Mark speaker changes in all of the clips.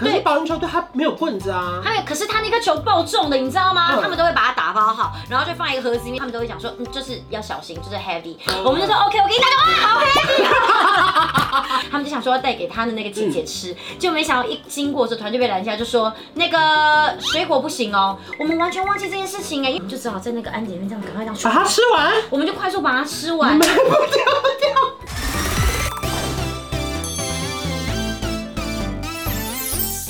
Speaker 1: 可是保龄球队它没有棍子啊，
Speaker 2: 哎，可是他那个球爆重了，你知道吗？
Speaker 1: 嗯
Speaker 2: 他们都会把它打包好，然后就放一个盒子里面，他们都会讲说，嗯，就是要小心，就是 heavy。我们就说 OK，我给你打个哇，好 heavy。他们就 想说要带给他的那个姐姐吃，就没想到一经过的时候，突然就被拦下来，就说那个水果不行哦。我们完全忘记这件事情哎，因为我们就只好在那个安检里面这样赶快这样
Speaker 1: 把
Speaker 2: 刷，
Speaker 1: 它吃 完，
Speaker 2: 我们就快速把它吃完。
Speaker 1: 买不掉掉。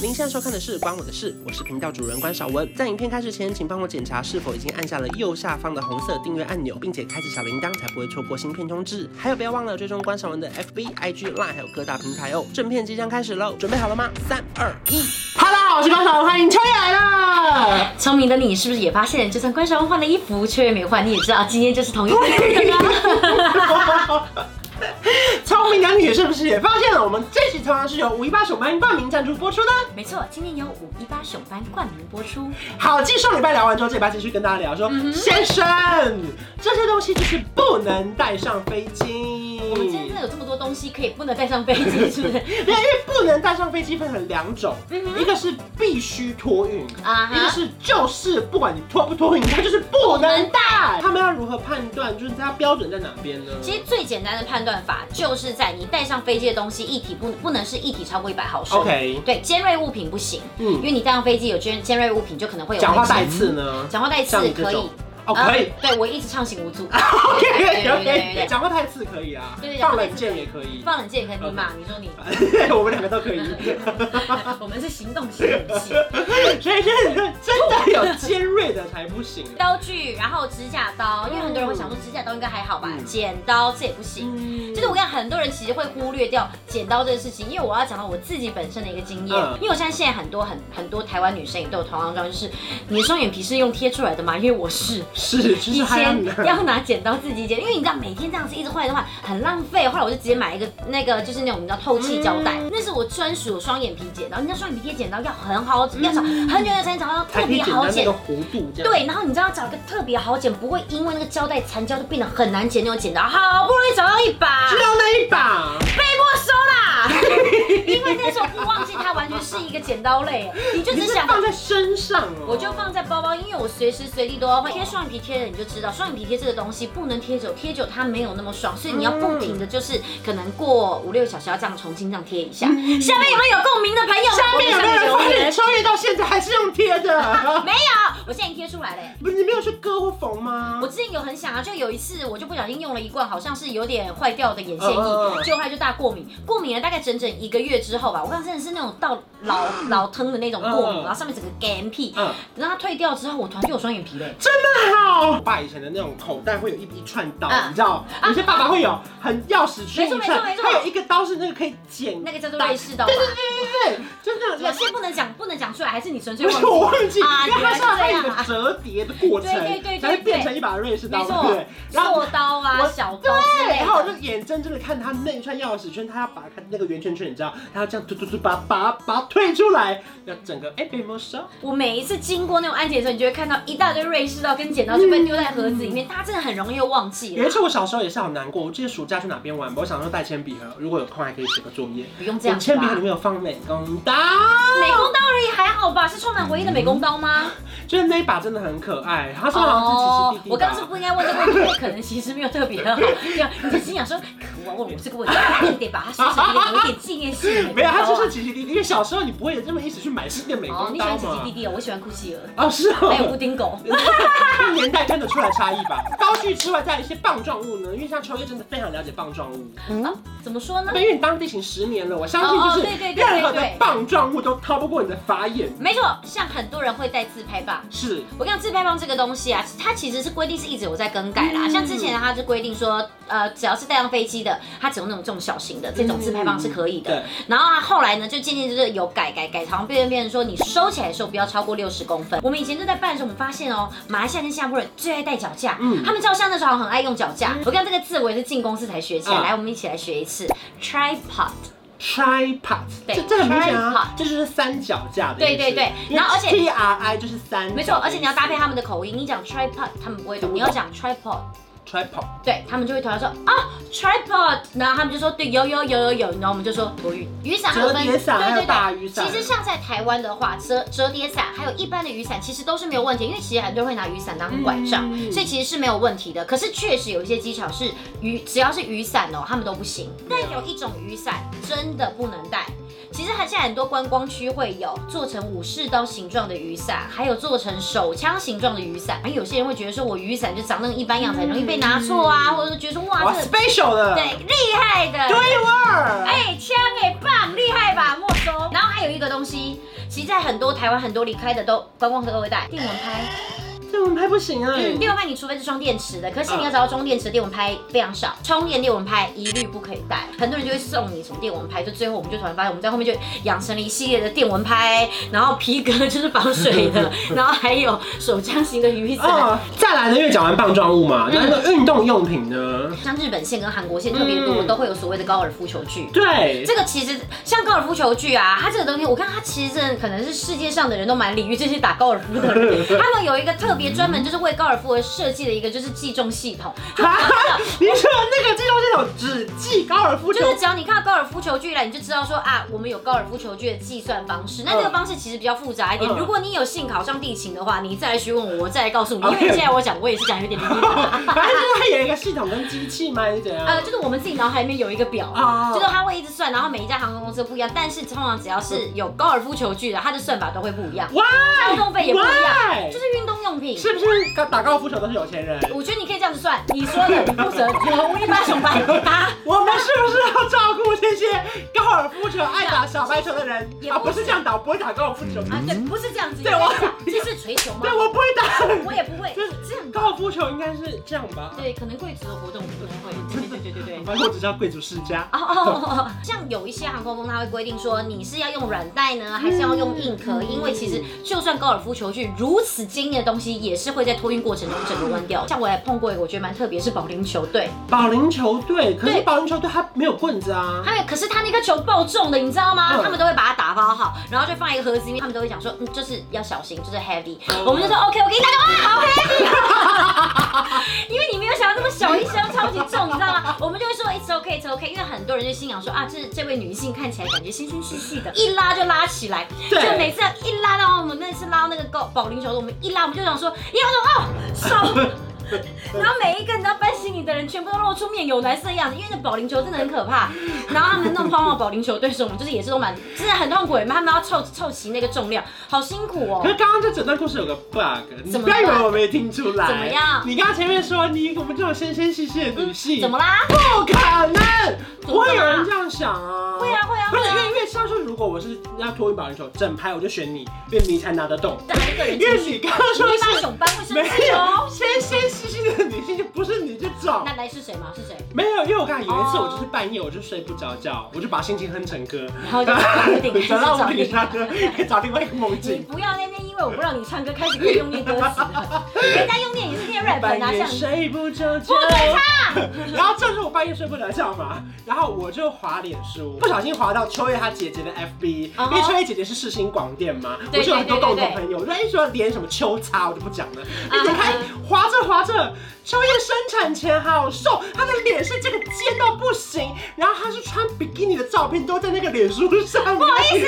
Speaker 1: 您现在收看的是《关我的事》，我是频道主人关少文。在影片开始前，请帮我检查是否已经按下了右下方的红色订阅按钮，并且开启小铃铛，才不会错过新片通知。还有，不要忘了追踪关少文的 FB、IG、Line，还有各大平台哦。正片即将开始喽，准备好了吗？三、二、一，Hello，我是关少文，欢迎秋叶来了。
Speaker 2: 聪明的你是不是也发现，就算关少文换了衣服，却没换，你也知道今天就是同一个人啊啦。
Speaker 1: 聪明的你是不是也发现了，我们这期同样是由五一八手班冠名赞助播出呢？
Speaker 2: 没错，今天由五一八熊班冠名播出。
Speaker 1: 好，继上礼拜聊完之后，这礼拜继续跟大家聊说，
Speaker 2: 嗯
Speaker 1: 先生，这些东西就是不能带上飞机。
Speaker 2: 我们今天真的有这么多东西可以不能带上飞机，是不是？
Speaker 1: 因为不能带上飞机分成两种，
Speaker 2: 嗯哼
Speaker 1: 一个是必须托运
Speaker 2: 啊哈
Speaker 1: 一个是就是不管你托不托运，它就是不能带。他们要如何判断，就是它标准在哪边呢？
Speaker 2: 其实最简单的判断法就是在你带上飞机的东西，一体不不能是一体超过一百毫升。
Speaker 1: OK
Speaker 2: 对，尖锐物品不行，
Speaker 1: 嗯
Speaker 2: 因为你带上飞机有尖尖锐物品就可能会有
Speaker 1: 讲话
Speaker 2: 危险
Speaker 1: 带刺呢？
Speaker 2: 讲话带刺
Speaker 1: 像你这
Speaker 2: 可以
Speaker 1: 种。哦，可以
Speaker 2: 嗯。对我一直畅行无 阻。
Speaker 1: OK
Speaker 2: 对对对
Speaker 1: OK，
Speaker 2: 对
Speaker 1: 讲话太刺可以啊
Speaker 2: 对，对
Speaker 1: 放冷箭也可以，
Speaker 2: 放冷箭也可以，你骂，你说你，
Speaker 1: 我们两个都可以。
Speaker 2: 我们是行动型武器。
Speaker 1: 所以真的真的有尖锐的才不行。
Speaker 2: 刀具，然后指甲刀，因为很多人会想说指甲刀应该还好吧，
Speaker 1: 嗯
Speaker 2: 剪刀这也不行。
Speaker 1: 嗯
Speaker 2: 就是我跟你讲，很多人其实会忽略掉剪刀这件事情，因为我要讲到我自己本身的一个经验，
Speaker 1: 嗯
Speaker 2: 因为我相信现在很多很很多台湾女生也都有同样的状况，就是你的双眼皮是用贴出来的吗？因为我是。
Speaker 1: 是，就
Speaker 2: 以
Speaker 1: 是还要
Speaker 2: 前
Speaker 1: 拿
Speaker 2: 要拿剪刀自己剪，因为你知道每天这样子一直换的话很浪费。后来我就直接买一个那个就是那种你知道透气胶
Speaker 1: 嗯
Speaker 2: 带，那是我专属的双眼皮剪刀。你知道双眼皮贴剪刀要很好，要找
Speaker 1: 嗯
Speaker 2: 很久的时间找到
Speaker 1: 才
Speaker 2: 特
Speaker 1: 可以
Speaker 2: 别
Speaker 1: 剪
Speaker 2: 好
Speaker 1: 到那
Speaker 2: 剪
Speaker 1: 个弧度这样。
Speaker 2: 对，然后你知道找一个特别好剪，不会因为那个胶带残胶就变得很难剪那种剪刀，好不容易找到一把，
Speaker 1: 只
Speaker 2: 被
Speaker 1: 有那一把，
Speaker 2: 没收啦。因为那时候我忘记它完全是一个剪刀 类，你就
Speaker 1: 你
Speaker 2: 只
Speaker 1: 是
Speaker 2: 想。
Speaker 1: 放在身上哦。
Speaker 2: 我就放在包包，因为我随时随地都要换。贴双眼皮贴的你就知道，双眼皮贴这个东西不能贴久，贴久它没有那么爽，所以你要不停的就是可能过五六小时要这样重新这样贴一下。下面有没有有共鸣的朋友？
Speaker 1: 嗯下面有没有人发
Speaker 2: 留
Speaker 1: 现
Speaker 2: 言？
Speaker 1: 秋叶到现在还是用贴的？
Speaker 2: 没有，我现在已经贴出来了耶。
Speaker 1: 不是你没有去割或缝吗
Speaker 2: 我？之前有很想啊，就有一次我就不小心用了一罐，好像是有点坏掉的眼线
Speaker 1: 嗯嗯嗯
Speaker 2: 液，就后来就大过敏，过敏了大概整整一个月之后吧，我看真的是那种到老老疼的那种过
Speaker 1: 嗯
Speaker 2: 敏，然后上面整个干屁，
Speaker 1: 嗯，
Speaker 2: 等到它退掉之后，我突然就有双眼皮嘞，
Speaker 1: 真的好。爸以前的那种口袋会有一一串刀，
Speaker 2: 嗯
Speaker 1: 你知道，有些爸爸会有很钥匙圈
Speaker 2: 没错
Speaker 1: 一
Speaker 2: 没错
Speaker 1: 串
Speaker 2: 没，错
Speaker 1: 它有一个刀是那个可以剪，
Speaker 2: 那个叫做
Speaker 1: 打
Speaker 2: 瑞士刀吧
Speaker 1: 对。对对对对，就那
Speaker 2: 有
Speaker 1: 种。
Speaker 2: 些不能讲，不能讲出来，还是你纯粹
Speaker 1: 不
Speaker 2: 忘
Speaker 1: 是
Speaker 2: 记
Speaker 1: 我忘记，
Speaker 2: 啊
Speaker 1: 因为它是要有一
Speaker 2: 原来是这
Speaker 1: 个
Speaker 2: 样啊
Speaker 1: 折叠的过程，
Speaker 2: 对对对对对
Speaker 1: 才会变成一把瑞士刀，
Speaker 2: 没
Speaker 1: 对不
Speaker 2: 错
Speaker 1: 对？，然后
Speaker 2: 铄刀
Speaker 1: 我
Speaker 2: 啊、小刀之类
Speaker 1: 然后我就
Speaker 2: 的。
Speaker 1: 眼睁睁的看他那一串钥匙圈，他要把他那个圆圈圈，你知道，他要这样突突突把把把它推出来，然后整个哎被没收。
Speaker 2: 我每一次经过那种安检的时候，你就会看到一大堆瑞士刀跟剪刀就被丢在盒子里
Speaker 1: 嗯
Speaker 2: 面，大家真的很容易又忘记
Speaker 1: 有一
Speaker 2: 了。
Speaker 1: 次我小时候也是好难过，我记得暑假去哪边玩，我想说带铅笔盒，如果有空还可以写个作业。
Speaker 2: 不用这
Speaker 1: 我
Speaker 2: 样子啊
Speaker 1: 铅笔盒
Speaker 2: 吧
Speaker 1: 里。面有放美工刀，
Speaker 2: 美工刀而已，还好吧？是充满回忆的美工刀吗？
Speaker 1: 就是那一把真的很可爱，它是好像是奇奇弟弟吧。
Speaker 2: 哦我刚刚是不应该问这个问题，因为可能其实没有特别好。对啊，你就心想说，可恶啊，问我这个问题，一定得把它说成一个有一点纪念性。
Speaker 1: 没有，它就是。奇奇弟弟，因为小时候你不会有这么一直去买新的美
Speaker 2: 哦，
Speaker 1: 工
Speaker 2: 你喜
Speaker 1: 刀
Speaker 2: 欢奇奇弟
Speaker 1: 嘛。
Speaker 2: 弟哦，我喜欢酷企鹅，
Speaker 1: 哦，是
Speaker 2: 还有布
Speaker 1: 哦。
Speaker 2: 丁狗。
Speaker 1: 年代看得出来差异吧。刀具之外，再一些棒状物呢，因为像秋叶真的非常了解棒状物。
Speaker 2: 嗯，怎么说 呢
Speaker 1: 因？为你当地勤十年了，我相信
Speaker 2: 哦
Speaker 1: 就
Speaker 2: 哦对
Speaker 1: 是
Speaker 2: 对对对
Speaker 1: 任何的
Speaker 2: 对
Speaker 1: 棒状物都逃不过你的法眼。
Speaker 2: 没错，像很多人会带自拍棒。
Speaker 1: 是，
Speaker 2: 我跟你讲，自拍棒这个东西啊，它其实是规定是一直有在更改啦。
Speaker 1: 嗯
Speaker 2: 像之前它就规定说，呃，只要是带上飞机的，它只有那种这种小型的这种自拍棒是可以的。
Speaker 1: 对，
Speaker 2: 然后啊，后来呢，就渐渐就是有改改改，好像变变成说你收起来的时候不要超过六十公分。我们以前就在办的时候，我们发现哦，马来西亚跟新加坡人最爱带脚架，
Speaker 1: 嗯
Speaker 2: 他们照相的时候好像很爱用脚架。我跟这个字我也是进公司才学起来，
Speaker 1: 啊
Speaker 2: 来我们一起来学一次 tripod。
Speaker 1: tripod，
Speaker 2: 对
Speaker 1: 这这很明显啊
Speaker 2: tripod，
Speaker 1: 这就是三脚架的意思。
Speaker 2: 对对对然后而且
Speaker 1: T R I 就是三，
Speaker 2: 没错，而且你要搭配他们的口音，你讲 tripod 他们不会懂，你要讲 tripod。
Speaker 1: tripod，
Speaker 3: 对他们就会突然说
Speaker 2: 哦
Speaker 3: 啊 tripod，然后他们就说对有有有有有，然后我们就说多雨
Speaker 2: 雨伞还有
Speaker 1: 折
Speaker 2: 分
Speaker 1: 叠伞
Speaker 2: 对
Speaker 1: 还有
Speaker 2: 对对。
Speaker 1: 大雨伞
Speaker 2: 其，实像在台湾的话，折折叠伞还有一般的雨伞，其实都是没有问题，因为其实很多人会拿雨伞当拐杖，
Speaker 1: 嗯
Speaker 2: 所以其实是没有问题的。可是确实有一些机场是雨，只要是雨伞哦，他们都不行。但有一种雨伞真的不能带。其实很现在很多观光区会有做成武士刀形状的雨伞，还有做成手枪形状的雨伞。而有些人会觉得说，我雨伞就长那个一般样子，很容易被拿错啊，或者是觉得说哇，
Speaker 1: 哇
Speaker 2: 这个
Speaker 1: ，special 的，
Speaker 2: 对厉害的，
Speaker 1: 独一无二，
Speaker 2: 哎，枪哎棒，厉害吧，没收。然后还有一个东西，其实在很多台湾很多离开的都观光客都会带电蚊拍。
Speaker 1: 这我们拍不行啊，
Speaker 2: 嗯，电蚊拍你除非是装电池的，可是你要找到装电池的电蚊拍非常少，充电电蚊拍一律不可以带。很多人就会送你什么电蚊拍，就最后我们就突然发现我们在后面就养成了一系列的电蚊拍，然后皮革就是防水的， 然后还有手枪型的雨伞。
Speaker 1: 哦，再来呢，因为讲完棒状物嘛，那那个运动用品呢？
Speaker 2: 像日本线跟韩国线特别多，
Speaker 1: 嗯
Speaker 2: 都会有所谓的高尔夫球具。
Speaker 1: 对，
Speaker 2: 这个其实像高尔夫球具啊，它这个东西，我看它其实真的可能是世界上的人都蛮礼遇这些打高尔夫的人。他们有一个特别专门就是为高尔夫而设计的一个就是计重系统，
Speaker 1: 哈哈，你说那个这种这种只记高尔夫球
Speaker 2: 就是只要你看到高尔夫球具来，你就知道说啊，我们有高尔夫球具的计算方式。那这个方式其实比较复杂一点。
Speaker 1: 嗯
Speaker 2: 如果你有幸考上地勤的话，你再来询问我，我再来告诉你。因
Speaker 1: OK
Speaker 2: 为现在我讲我也是讲有点离谱。
Speaker 1: 反正就是它有一个系统跟机器嘛，还是怎样？
Speaker 2: 呃，就是我们自己脑海里面有一个表
Speaker 1: 哦
Speaker 2: 就是它会一直算，然后每一家航空公司不一样，但是通常只要是有高尔夫球具的，它的算法都会不一样。
Speaker 1: 哇，
Speaker 2: 交通费也不一样，
Speaker 1: Why？
Speaker 2: 就是运动用品。
Speaker 1: 是不是打打高尔夫球都是有钱人？
Speaker 2: 我觉得你可以这样子算，你说的你负责，我无一般崇拜他。
Speaker 1: 我们是不是要照顾这些高尔夫球爱打小白球的人
Speaker 2: 也
Speaker 1: 啊？
Speaker 2: 不
Speaker 1: 不是这样打，我不会打高尔夫球。
Speaker 2: 啊，对，不是这样子。
Speaker 1: 对我
Speaker 2: 这是锤球吗
Speaker 1: 对，？我不会打。
Speaker 2: 我也不会，
Speaker 1: 就是
Speaker 2: 这样吧。
Speaker 1: 高尔夫球应该是这样吧？
Speaker 2: 对，可能贵族的活动可能会。对对对对对。
Speaker 1: 反正我只知道贵族世家。
Speaker 2: 哦哦哦哦，像有一些航空公司，它会规定说你是要用软带呢，还是要用硬壳？因为其实就算高尔夫球具如此坚硬的东西，也是会在托运过程中整个弯掉。像我也碰过一个，我觉得蛮特别，是保龄球队，
Speaker 1: 保龄球队，可是
Speaker 2: 对
Speaker 1: 保龄球队它没有棍子啊。
Speaker 2: 还有，可是他那颗球爆重的，你知道吗？
Speaker 1: 嗯
Speaker 2: 他们都会把它打包好，然后就放一个盒子里面，他们都会讲说，嗯，就是要小心，就是 heavy。我
Speaker 1: 嗯
Speaker 2: 们就说 OK，我给你打电话，好 heavy，因为 你没有想到那么小一箱超级重，你知道吗？我 们就会说 it's OK，it's OK，因为很多人就心想说啊，这这位女性看起来感觉纤纤细 细的，一拉就拉起来，就
Speaker 1: 对
Speaker 2: 每次一拉到我们那次拉到那个高保龄球的时候，我们一拉我们就想说，要说哦手。然后每一个你知道搬行李的人全部都露出面有难色的样子，因为那保龄球真的很可怕。然后他们弄泡泡保龄球对手，我们就是也是都蛮，真的很痛苦，欸他们要凑凑齐那个重量，好辛苦
Speaker 1: 可
Speaker 2: 哦。
Speaker 1: 是刚刚这整段故事有个 bug，你
Speaker 2: 怎么
Speaker 1: 不要以为我没听出来。
Speaker 2: 怎么样嗯
Speaker 1: 你刚刚前面说你我们这种纤纤细细的女性，
Speaker 2: 怎么啦？
Speaker 1: 不可能？
Speaker 2: 怎
Speaker 1: 不
Speaker 2: 么啦啊
Speaker 1: 会有人这样想啊。
Speaker 2: 会啊会啊
Speaker 1: 不
Speaker 2: 会
Speaker 1: 是，因为
Speaker 2: 啊！
Speaker 1: 因为像说，如果我是要托运保龄球整排，我就选你，因为你才拿得动。
Speaker 2: 哪一个人
Speaker 1: 因为你刚刚说
Speaker 2: 你把
Speaker 1: 是
Speaker 2: 熊班会
Speaker 1: 没
Speaker 2: 生气
Speaker 1: 有
Speaker 2: 哦。
Speaker 1: 纤纤细细的女性，就不是你这种。
Speaker 2: 那来是谁吗？是谁？
Speaker 1: 没有，因为我刚才有一次，
Speaker 2: 哦
Speaker 1: 我就是半夜我就睡不着觉，我就把心情哼成歌，
Speaker 2: 然 后就找顶，
Speaker 1: 找到
Speaker 2: 找
Speaker 1: 屋顶
Speaker 2: 定。
Speaker 1: 唱歌，可以找另外一个梦
Speaker 2: 你
Speaker 1: 境。
Speaker 2: 不要那边，因为我不让你唱歌，开始可以用念歌词了。 人家用念也是念 rap
Speaker 1: 半
Speaker 2: 啊，
Speaker 1: 夜
Speaker 2: 像
Speaker 1: 睡不着觉， 然后正是我半夜睡不着觉嘛，然后我就滑脸书，不小心滑到秋叶她姐姐的 FB，、
Speaker 2: 哦
Speaker 1: 因为秋叶姐姐是世新广电嘛，我
Speaker 2: 对
Speaker 1: 就有很多
Speaker 2: 对对
Speaker 1: 共
Speaker 2: 对对
Speaker 1: 同朋友，我就一直说连什么秋叉我就不讲了，一
Speaker 2: 嗯
Speaker 1: 点开
Speaker 2: 嗯
Speaker 1: 滑着滑着，秋叶生产前好瘦，她的脸是这个尖到不行，然后她是穿比基尼的照片都在那个脸书上面，不好
Speaker 2: 意思，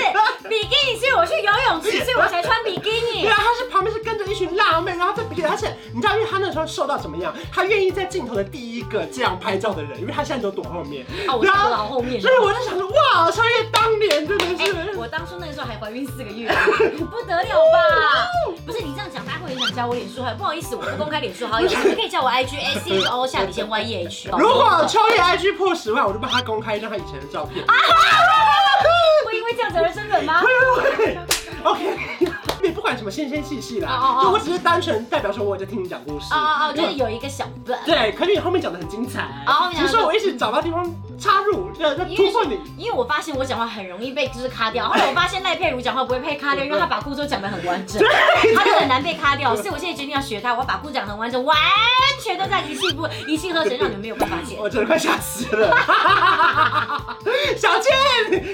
Speaker 2: 比基尼是我去游泳池，所以我才穿比基 尼
Speaker 1: 对。啊，他是旁边是跟着一群辣妹，然后在比基尼，而且你知道，因为他那时候瘦到怎么样，他愿意在镜头的第一个这样拍照的人，因为他现在都躲后面。
Speaker 2: 哦，我是坐到后面。
Speaker 1: 所以我就想说，哇，超越当年真的
Speaker 2: 哎、
Speaker 1: 是，
Speaker 2: 我当初那个时候还怀孕四个 月，不得了吧？不是你这样讲，大家会很想加我脸书好友，不好意思，我不公开脸书好友，你们可以叫我 IG A C H O 下底线 Y E H。
Speaker 1: 如果秋叶 IG 破十万，我就帮他公开一张他以前的照
Speaker 2: 啊
Speaker 1: 片。
Speaker 2: 会因为这样子而生粉吗？
Speaker 1: 对，OK，你不管什么纤纤细细
Speaker 2: 哦
Speaker 1: 啦
Speaker 2: 哦，哦
Speaker 1: 就我只是单纯代表说我在听你讲故事。
Speaker 2: 哦哦哦，就是有一个小笨。
Speaker 1: 对，可是你后面讲的很精彩
Speaker 2: 哦后，面
Speaker 1: 只
Speaker 2: 讲得
Speaker 1: 是说我一直找不到地方插入，要要突破你。
Speaker 2: 因为我发现我讲话很容易被就是卡掉，后来我发现赖佩如讲话不会被卡掉，因为她把故事都讲得很完 整，她就很难被卡掉，所以我现在决定要学她，我要把故事讲得很完整，完全都在一气不一气呵成，让你们没有办法解。
Speaker 1: 我真的快吓死了！小健，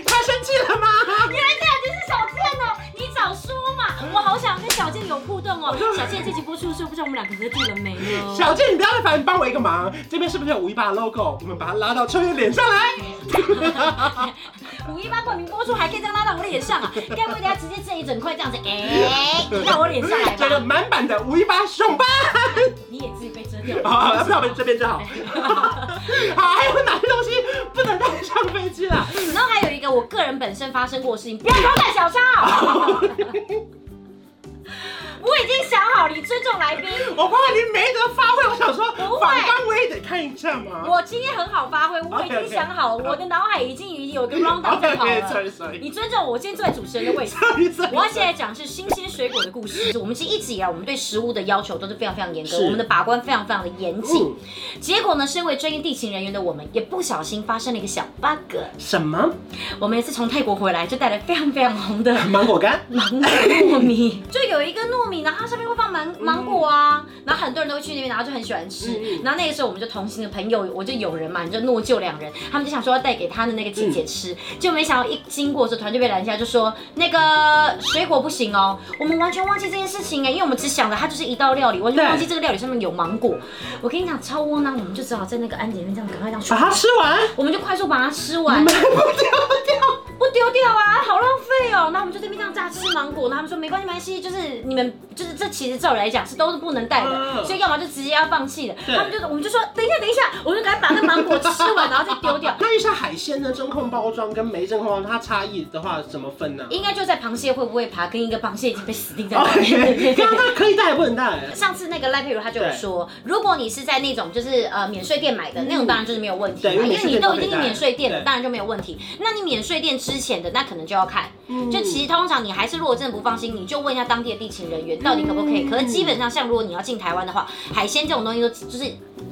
Speaker 1: 快生气了吗？
Speaker 2: 原来这样就是小贱哦！你早说嘛，我好想跟小贱有互动哦。小倩这集播出的时候，不知道我们两个合体了没呢？
Speaker 1: 小健，你不要再烦，帮我一个忙。这边是不是有五一八的 logo？我们把它拉到秋叶脸上来。
Speaker 2: 五一八冠名播出还可以这样拉到我的脸 上啊？该不会等下直接这一整块这 样子，哎、到我脸上来
Speaker 1: 这个
Speaker 2: 吧？
Speaker 1: 满版的五一八熊吧。
Speaker 2: 你也自己被遮掉了。
Speaker 1: 好，那不要被这边就好。 好，还有哪些东西不能带上飞机啦？
Speaker 2: 然后还有一个我个人本身发生过的事情，不 要偷带小抄。 我已经想好，你尊重来宾。
Speaker 1: 我怕你没得发挥，我想说，
Speaker 2: 不会
Speaker 1: 反观我也得看一下嘛。
Speaker 2: 我今天很好发挥，我已
Speaker 1: OK，OK
Speaker 2: 经想好了，我的脑海已经有一个 round down 好
Speaker 1: sorry
Speaker 2: 了。
Speaker 1: sorry
Speaker 2: 你尊重我，我今天坐在主持人的位置。
Speaker 1: sorry sorry。
Speaker 2: 我要现在讲的是新鲜水果的故事。我们其实一直以来，我们对食物的要求都是非常非常严格，
Speaker 1: 是嗯
Speaker 2: 我们的把关非常非常的严谨。结果呢，身为专业地勤人员的我们，也不小心发生了一个小 bug。
Speaker 1: 什么
Speaker 2: 我们也是从泰国回来，就带来非常非常红的
Speaker 1: 芒果干？
Speaker 2: 芒果糯米，就有一个糯米，然后它上面会放芒芒果啊，然后很多人都会去那边，然后就很喜欢吃
Speaker 1: 嗯。
Speaker 2: 然后那个时候我们就同行的朋友，我就有人嘛，你就诺舅两人，他们就想说要带给他的那个姐姐吃，就没想到一经过的时候，突然就被拦下，就说那个水果不行哦，我们完全忘记这件事情哎，因为我们只想着它就是一道料理，完全忘记
Speaker 1: 对
Speaker 2: 这个料理上面有芒果。我跟你讲超窝囊，我们就只好在那个安检面这样赶快这样
Speaker 1: 把
Speaker 2: 刷，
Speaker 1: 它吃完。
Speaker 2: 我们就快速把它吃完。不丢掉啊，好浪费哦。那我们就这边这样榨吃芒果，然后他们说没关系，没关系，就是你们就是这其实照理来讲是都是不能带的，
Speaker 1: 嗯
Speaker 2: 所以要么就直接要放弃的。
Speaker 1: 对
Speaker 2: 他们就我们就说等一下等一下，我们就赶快把那芒果吃完，然后再丢掉。
Speaker 1: 那一下海鲜的真空包装跟没真空包装，它差异的话怎么分呢、
Speaker 2: 应该就在螃蟹会不会爬，跟一个螃蟹已经被死定在那
Speaker 1: OK，
Speaker 2: 里。
Speaker 1: 刚刚可以带也不能带。
Speaker 2: 上次那个赖佩如他就有说，如果你是在那种就是呃免税店买的那种，当然就是没有问题
Speaker 1: 对
Speaker 2: 嘛，
Speaker 1: 因为
Speaker 2: 因
Speaker 1: 免
Speaker 2: 为
Speaker 1: 税
Speaker 2: 你
Speaker 1: 店
Speaker 2: 都
Speaker 1: 都
Speaker 2: 已
Speaker 1: 可以
Speaker 2: 经是免税店了，
Speaker 1: 带
Speaker 2: 当然就没有问题。那你免税店之前的，那可能就要看，就其实通常你还是如果真的不放心，你就问一下当地的地勤人员到底可不可以。可是基本上像如果你要进台湾的话，海鲜这种东西都就是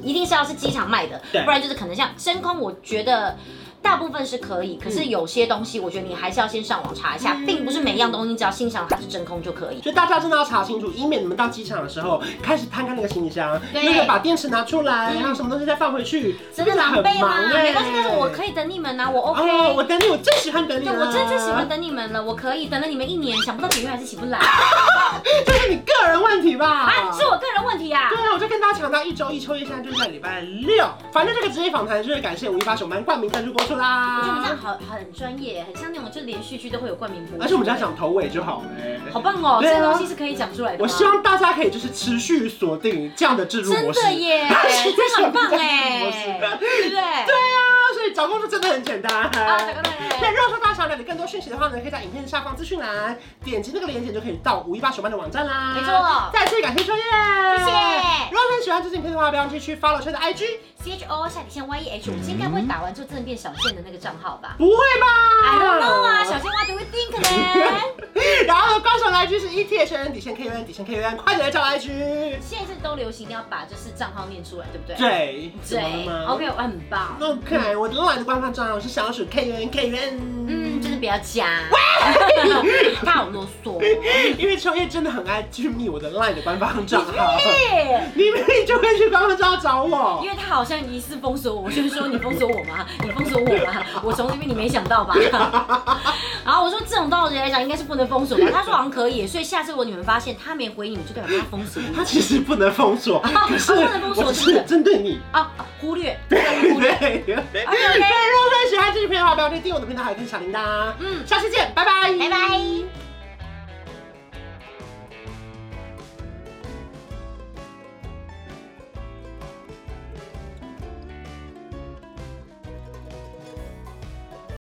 Speaker 2: 一定是要是机场卖的，
Speaker 1: 对
Speaker 2: 不然就是可能像真空，我觉得。大部分是可以，可是有些东西，我觉得你还是要先上网查一下，并不是每一样东西你只要欣赏它是真空就可以。
Speaker 1: 所以大家真的要查清楚，以免你们到机场的时候开始摊开那个行李箱，
Speaker 2: 对
Speaker 1: 那个把电池拿出来，然后什么东西再放回去，
Speaker 2: 真的狼狈吗？没关系，但是我可
Speaker 1: 以。
Speaker 2: 以等你们呐、我 OK。
Speaker 1: 欸哦，我啊等你，我最喜欢等你
Speaker 2: 对，
Speaker 1: 了。
Speaker 2: 我真最喜欢等你们了，我可以等了你们一年，想不到点阅还是起不来，
Speaker 1: 这是你个人问题吧？
Speaker 2: 啊，是我个人问题啊
Speaker 1: 对。啊，我就跟大家强调，一周一秋叶现在就是在礼拜六。反正这个职业访谈就是感谢五一八熊班冠名赞助播出
Speaker 2: 我觉得我们这样
Speaker 1: 啦。
Speaker 2: 好很专业，很像那种就连续剧都会有冠名播出，
Speaker 1: 而且我们只要讲头尾就好了。
Speaker 2: 好棒哦，
Speaker 1: 对啊
Speaker 2: 这个东西是可以讲出来的吗。
Speaker 1: 我希望大家可以就是持续锁定这样的制度模
Speaker 2: 真
Speaker 1: 式。
Speaker 2: 的耶，真的很棒哎，对不对？
Speaker 1: 对啊，所以找工作真的很简单。
Speaker 2: 啊，大哥大
Speaker 1: 那
Speaker 2: 哥。
Speaker 1: 如果说大家想了解更多讯息的话呢，可以在影片下方资讯栏点击那个链接，就可以到五一八熊班的网站啦。
Speaker 2: 没错
Speaker 1: 再次感谢秋叶，
Speaker 2: 谢谢
Speaker 1: 如果你喜欢这支影片的话，不要忘记去 follow 秋叶的 IG。
Speaker 2: C H O 下底线 Y E H，我们应该不会打完就真的变小倩的那个账号吧
Speaker 1: 不会吧
Speaker 2: ？I don't know 啊，小倩 What do you think 呢？
Speaker 1: 然后高手的 IG 是 ETHN 底线 KUN 底线 KUN，快点来找 IG。
Speaker 2: 现在是都流行一定要把就是账号念出来，对不对？
Speaker 1: 对，
Speaker 2: 对
Speaker 1: ，OK。
Speaker 2: ，OK，我很棒。
Speaker 1: OK，我的 LINE 的官方账号是小鼠 K U N K U N，
Speaker 2: 嗯，就是不要加， 他好啰嗦。
Speaker 1: 因为秋叶真的很爱去密我的 LINE 的官方账 号，
Speaker 2: 对，
Speaker 1: 你明明就会去官方账号找我
Speaker 2: 因。为他好像疑似封锁我，我就是说你封锁我吗？你封锁我吗？我从这边你没想到吧？ 然后我说这种道理来讲应该是不能封锁吧？他说好像可以，所以下次如果你们发现他没回你们，就代表他封锁你。
Speaker 1: 他其实不能封锁，可是
Speaker 2: 啊不能封锁
Speaker 1: 我只是针对你。
Speaker 2: 啊，忽略，
Speaker 1: 对，
Speaker 2: 忽
Speaker 1: 对
Speaker 2: 略。
Speaker 1: 对对。对如果喜欢这支影片的话，不要忘记订阅我的频道，还有跟小铃铛。嗯，下期见，拜拜，
Speaker 2: 嗯拜拜。